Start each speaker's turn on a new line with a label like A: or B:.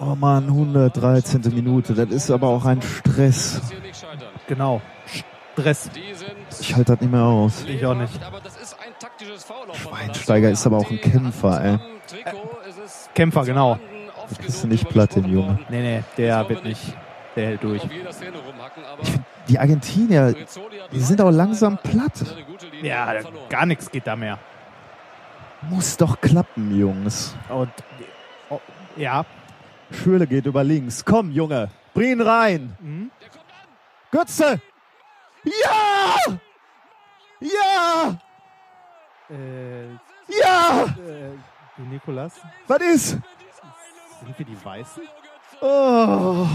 A: Oh man, 113. Minute. Das ist aber auch ein Stress.
B: Hier nicht scheitern.
C: Genau. Stress.
B: Die sind
A: Ich halte das nicht mehr aus.
C: Ich auch nicht.
B: lebhaft, aber das ist ein taktisches Foul auf von
A: Schweinsteiger ist aber auch ein Kämpfer, ey.
B: Am Trikot ist es
C: Kämpfer, genau.
B: vorhanden, oft
A: Das
B: genug
A: ist nicht
B: drüber
A: platt, den
B: gesprochen
A: Jungen.
B: worden.
C: Nee, nee, der wird nicht. Der hält durch.
B: Auf jeder Szene rumhacken, aber
A: Die Argentinier,
B: Rizzoli hat
A: die sind auch langsam platt.
B: eine gute Linie
C: Ja, da-
B: verloren.
C: gar nichts geht da mehr.
A: Muss doch klappen, Jungs.
C: Und, oh, ja.
A: Schürle geht über links. Komm, Junge. Bring ihn rein.
C: Mhm.
B: Der kommt an.
A: Götze. Ja! Ja!
C: Äh,
A: Ja!
C: äh, Nikolas,
A: Was ist?
C: sind wir die Weißen?
A: Oh.